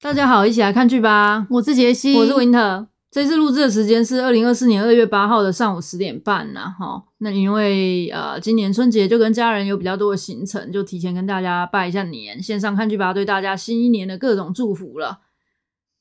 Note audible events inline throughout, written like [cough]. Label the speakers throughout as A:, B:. A: 大家好，一起来看剧吧！
B: 我是杰西，
A: 我是 Winter。这次录制的时间是二零二四年二月八号的上午十点半呐、啊。哈，那因为呃，今年春节就跟家人有比较多的行程，就提前跟大家拜一下年，线上看剧吧，对大家新一年的各种祝福了。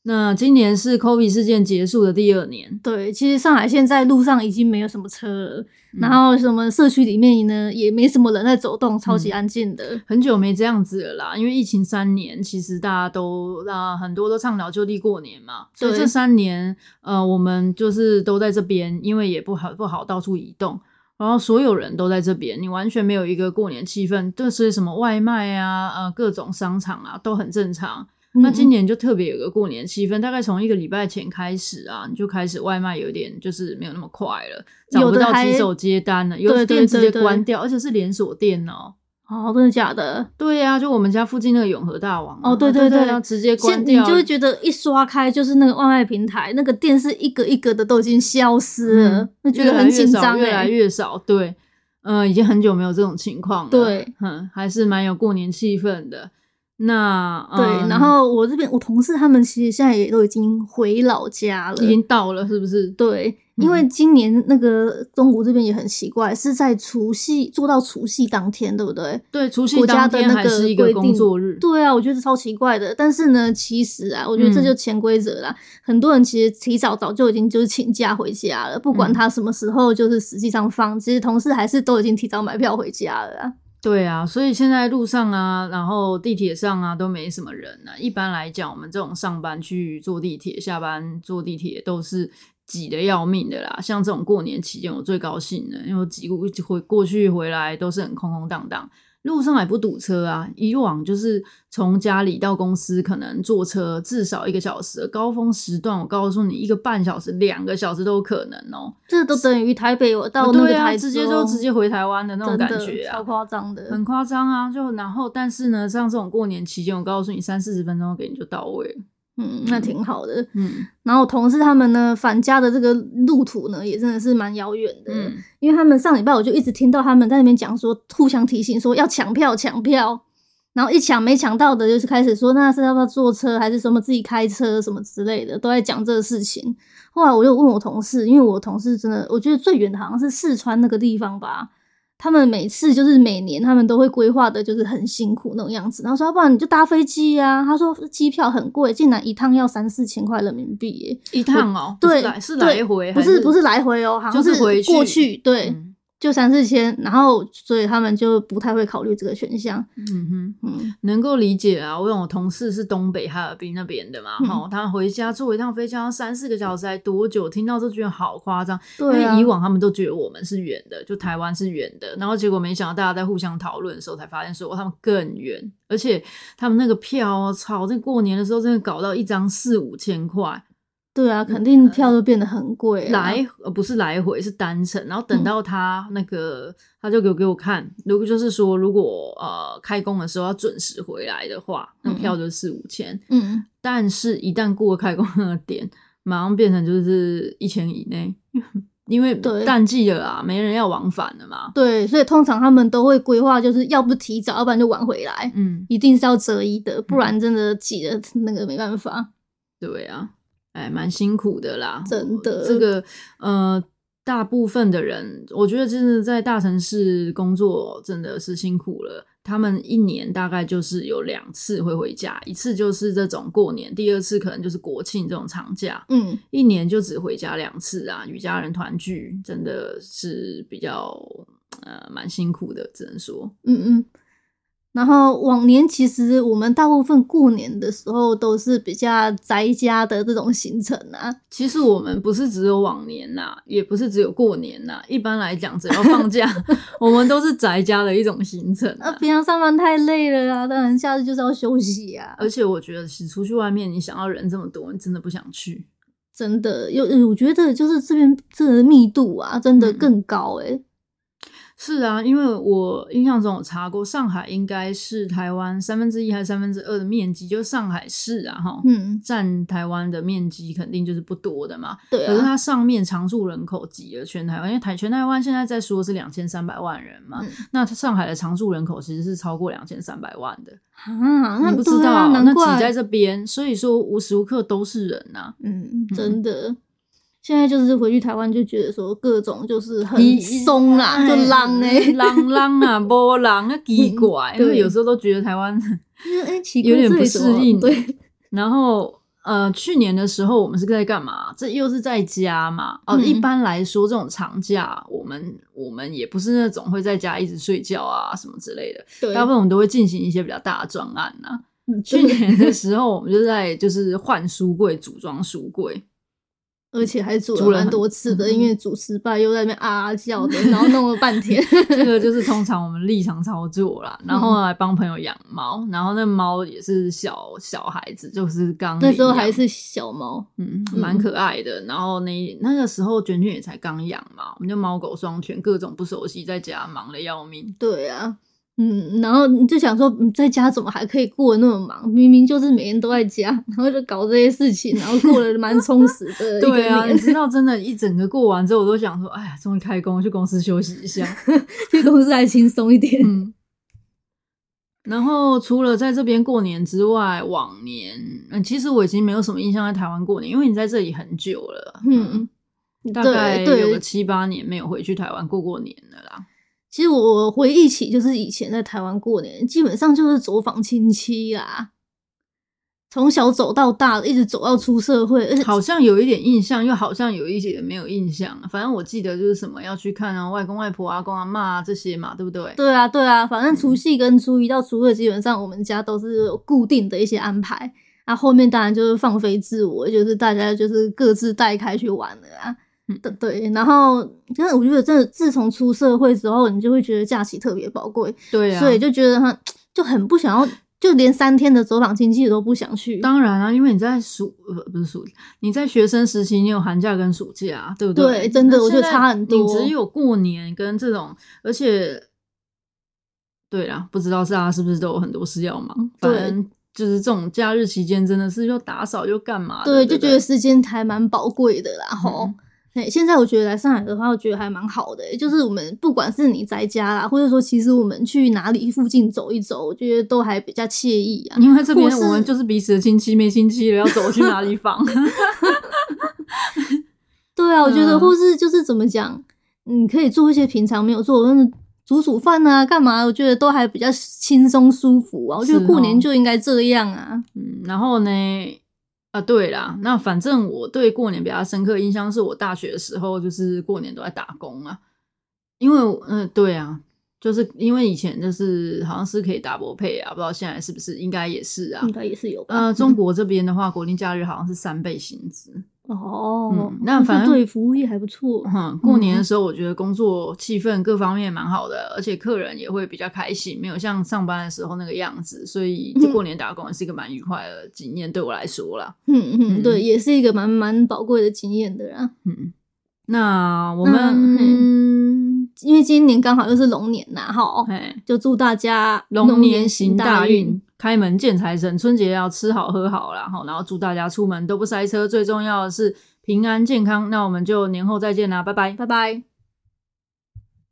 A: 那今年是 COVID 事件结束的第二年，
B: 对，其实上海现在路上已经没有什么车了，
A: 嗯
B: 然后什么社区里面呢也没什么人在走动，
A: 嗯
B: 超级安静的。
A: 很久没这样子了啦。因为疫情三年，其实大家都啊很多都倡导就地过年嘛，所以
B: 对
A: 这三年呃我们就是都在这边，因为也不好不好到处移动，然后所有人都在这边，你完全没有一个过年气氛，就是什么外卖啊，呃各种商场啊都很正常。那今
B: 嗯
A: 年就特别有个过年气氛，大概从一个礼拜前开始啊，你就开始外卖有点就是没有那么快了，找
B: 有
A: 不
B: 的
A: 到
B: 还
A: 骑手接单了，有的
B: 对对
A: 店直接
B: 对对
A: 关掉，而且是连锁店哦。
B: 哦，真的假的？
A: 对呀、就我们家附近那个永和大王啊、
B: 哦对
A: 对
B: 对对
A: 啊直接关
B: 现你
A: 掉，
B: 就会觉得一刷开就是那个外卖平台，那个店是一个一个的都已经消失了，
A: 嗯
B: 那觉得很紧张、欸、
A: 越来越少，越来越少。对，呃，已经很久没有这种情况了。
B: 对，
A: 嗯，还是蛮有过年气氛的。那
B: 对，
A: 嗯
B: 然后我这边我同事他们其实现在也都已经回老家了，
A: 已经嗯到了，是不是？
B: 对，因为今年那个中国这边也很奇怪，是在除夕做到除夕当天，对不对？
A: 对，除夕
B: 国家
A: 当
B: 的
A: 天
B: 那
A: 还是一
B: 规
A: 个
B: 定
A: 工作日。
B: 对啊，我觉得超奇怪的。但是呢，其实啊，我觉得这
A: 嗯
B: 就潜规则啦。很多人其实提早早就已经就是请假回家了，不管
A: 嗯
B: 他什么时候就是实际上放，其实同事还是都已经提早买票回家了啊。
A: 对啊，所以现在路上啊，然后地铁上啊，都没什么人啊。一般来讲，我们这种上班去坐地铁、下班坐地铁都是挤得要命的啦。像这种过年期间，我最高兴的，因为我挤过回过去回来都是很空空荡荡，路上也不堵车啊。以往就是从家里到公司，可能坐车至少一个小时，高峰时段我告诉你，一个半小时、两个小时都有可能哦、
B: 这都等于台北我到那个
A: 对啊，
B: 台
A: 直接
B: 中
A: 就直接回台湾的那种
B: 真
A: 感
B: 的
A: 觉啊
B: 超。夸张的。
A: 很夸张啊！就然后，但是呢，像这种过年期间，我告诉你，三四十分钟给你就到位了。
B: 嗯，那挺好的。
A: 嗯
B: 然后我同事他们呢，返家的这个路途呢，也真的是蛮遥远的。
A: 嗯，
B: 因为他们上礼拜我就一直听到他们在那边讲说，互相提醒说要抢票抢票，然后一抢没抢到的，就是开始说那是要不要坐车还是什么自己开车什么之类的，都在讲这个事情。后来我又问我同事，因为我同事真的，我觉得最远的好像是四川那个地方吧。他们每次就是每年他们都会规划的，就是很辛苦那种样子。然后说，要不然你就搭飞机啊。他说机票很贵，竟然一趟要三四千块人民币耶。
A: 一趟哦，不是
B: 对，
A: 来是
B: 对
A: 来回，
B: 不
A: 还
B: 是不是来回哦，好像
A: 就是回去
B: 过去，对，
A: 嗯
B: 就三四千，然后所以他们就不太会考虑这个选项。
A: 嗯哼。
B: 嗯，
A: 能够理解啊，我有我同事是东北哈尔滨那边的嘛，
B: 嗯
A: 哈、他回家坐一趟飞机要三四个小时，还多久？听到这句好夸张，
B: 对
A: 因
B: 啊，
A: 为以往他们都觉得我们是远的，就台湾是远的，然后结果没想到大家在互相讨论的时候才发现说哦他们更远，而且他们那个票哦，操，这过年的时候真的搞到一张四五千块，
B: 对啊，肯定票都变得很贵、啊。
A: 嗯来呃不是来回是单程，然后等
B: 嗯
A: 到他那个、他就给我给我看，如果就是说如果呃开工的时候要准时回来的话，那
B: 嗯
A: 票就是四五千，
B: 嗯，
A: 但是一旦过了开工那个点，马上变成就是一千以内， [laughs] 因为
B: 对
A: 淡季了啊，没人要往返了嘛，
B: 对，所以通常他们都会规划，就是要不提早，要不然就晚回来，
A: 嗯，
B: 一定是要择一的，不然真的挤得那个没办法。
A: 对啊，哎，蛮辛苦的啦，
B: 真的
A: 这个呃。大部分的人，我觉得真的在大城市工作真的是辛苦了。他们一年大概就是有两次会回家，一次就是这种过年，第二次可能就是国庆这种长假，
B: 嗯，
A: 一年就只回家两次啊。与家人团聚真的是比较呃蛮辛苦的，只能说，
B: 嗯嗯，然后往年其实我们大部分过年的时候都是比较宅家的这种行程啊，
A: 其实我们不是只有往年呐、也不是只有过年呐、一般来讲，只要放假，我们都是宅家的一种行程、
B: 那
A: 啊。
B: 平常上班太累了啊，当然假日就是要休息啊。
A: 而且我觉得，其实出去外面，你想要人这么多，你真的不想去。
B: 真呃的有，有我觉得就是这边这个密度啊，真的
A: 嗯
B: 更高诶、
A: 是啊，因为我印象中我查过，上海应该是台湾三分之一还是三分之二的面积，就是上海市啊，哈，
B: 嗯，
A: 占台湾的面积肯定就是不多的嘛。
B: 对
A: 可是
B: 啊，
A: 它上面常住人口挤了全台湾，因为台全台湾现在在说是两千三百万人嘛，
B: 嗯
A: 那上海的常住人口其实是超过两千三百万的，
B: 啊，那
A: 你不知
B: 对
A: 道，
B: 啊、
A: 那
B: 难
A: 挤在
B: 怪，
A: 这边，所以说无时无刻都是人啊呐、
B: 嗯，真的。现在就是回去台湾就觉得说各种就是
A: 你
B: 很松啦，就浪哎、欸，
A: 浪浪啊，波浪啊，奇怪，
B: 嗯
A: 因为
B: [laughs] 对
A: 有时候都觉得台湾。
B: [laughs] 就是哎、奇怪
A: [laughs] 有点
B: 这
A: 不
B: 里怎么
A: 适应
B: 对，
A: [laughs] 然后呃，去年的时候我们是在干嘛？这又是在家嘛？哦，
B: 嗯
A: 一般来说这种长假，我们我们也不是那种会在家一直睡觉啊什么之类的，
B: 对，
A: 大部分我们都会进行一些比较大的专案呐、
B: 分
A: 去年的时候，我们就在就是换书柜、组装书柜，
B: 而且还煮
A: [laughs] 煮了
B: 了蛮
A: 很
B: 多次的，
A: 嗯
B: 因为煮失败又在那边啊啊叫的，然后弄了半天。
A: 这个就是通常我们立场操作啦。然
B: 嗯
A: 后还帮朋友养猫，然后那猫也是小小孩子，就是刚
B: [laughs] 那时候
A: 领养
B: 还是小猫，
A: 嗯，蛮可爱的。然后那那个时候卷卷也才刚养嘛，我们就猫狗双全，各种不熟悉，在家忙得要命。
B: 对啊，嗯，然后你就想说，嗯在家怎么还可以过得那么忙？明明就是每天都在家， [laughs] 然后就搞这些事情，然后过得蛮充实
A: [laughs]
B: 的一个
A: 对
B: [laughs]
A: 啊，你
B: 年。
A: 知道，真的，一整个过完之后，我都想说，哎呀，终于开工，去公司休息一下。
B: 去公司还轻松一点。
A: 嗯。然后除了在这边过年之外，往年嗯，其实我已经没有什么印象在台湾过年，因为你在这里很久了，
B: 嗯，
A: 大概
B: 对
A: 有个七八年没有回去台湾过过年了啦。
B: 其实我回忆起，就是以前在台湾过年，基本上就是走访亲戚啦，从小走到大，一直走到出社会，而且
A: 好像有一点印象，又好像有一点没有印象。反正我记得就是什么要去看啊，外公外婆、阿公阿妈、啊、这些嘛，对不对？
B: 对啊，对啊，反正除夕跟初一到初二，基本上我们家都是有固定的一些安排。那、后面当然就是放飞自我，就是大家就是各自带开去玩了啊。
A: 嗯
B: 对对，然后真的，我觉得真的，自从出社会之后，你就会觉得假期特别宝贵，
A: 对啊，
B: 所以就觉得哈，就很不想要，就连三天的走访亲戚都不想去。
A: 当然啊，因为你在暑呃不是暑，你在学生时期，你有寒假跟暑假，啊对不
B: 对真的
A: 那
B: 我觉得
A: 现在
B: 差很多
A: 你只有过年跟这种，而且，对啦，不知道大家是不是都有很多事要忙，反
B: 对
A: 正就是这种假日期间，真的是又打扫又干嘛的，
B: 对，
A: 对
B: 就
A: 不
B: 觉
A: 对
B: 得时间还蛮宝贵的啦，吼、
A: 嗯
B: 对，现在我觉得来上海的话，我觉得还蛮好的、欸就是我们不管是你宅家啦，或者说其实我们去哪里附近走一走，我觉得都还比较惬意啊。
A: 因为这边
B: 或是
A: 我们就是彼此的亲戚，没亲戚了，要走去哪里访？
B: 对啊，我觉得
A: 嗯
B: 或是就是怎么讲，你可以做一些平常没有做，那煮煮饭啊，干嘛？我觉得都还比较轻松舒服啊。我觉
A: 是
B: 得过年
A: 哦
B: 就应该这样啊。
A: 嗯，然后呢？啊，对啦，那反正我对过年比较深刻的印象是我大学的时候，就是过年都在打工啊，因为嗯、呃对啊，就是因为以前就是好像是可以打博配啊，不知道现在是不是，应该也是啊
B: 应。该也是有吧。
A: 呃，中国这边的话，国定假日好像是三倍薪资。
B: 哦，
A: 嗯那反
B: 这
A: 正
B: 对服务业还不错。
A: 嗯，过年的时候，我觉得工作气氛各方面蛮好的，而且客人也会比较开心，没有像上班的时候那个样子，所以这过年打工也是一个蛮愉快的经验，对我来说啦。
B: 嗯
A: 嗯
B: 嗯，对，也是一个蛮蛮宝贵的经验的啦。
A: 嗯，那我们
B: 嗯因为今年刚好又是龙年呐，哈，哦
A: 哎，
B: 就祝大家
A: 龙年行
B: 行
A: 大
B: 运
A: 运。，开门见财神，春节要吃好喝好啦，吼，然后祝大家出门都不塞车，最重要的是平安健康。那我们就年后再见啦，拜拜。
B: 拜拜。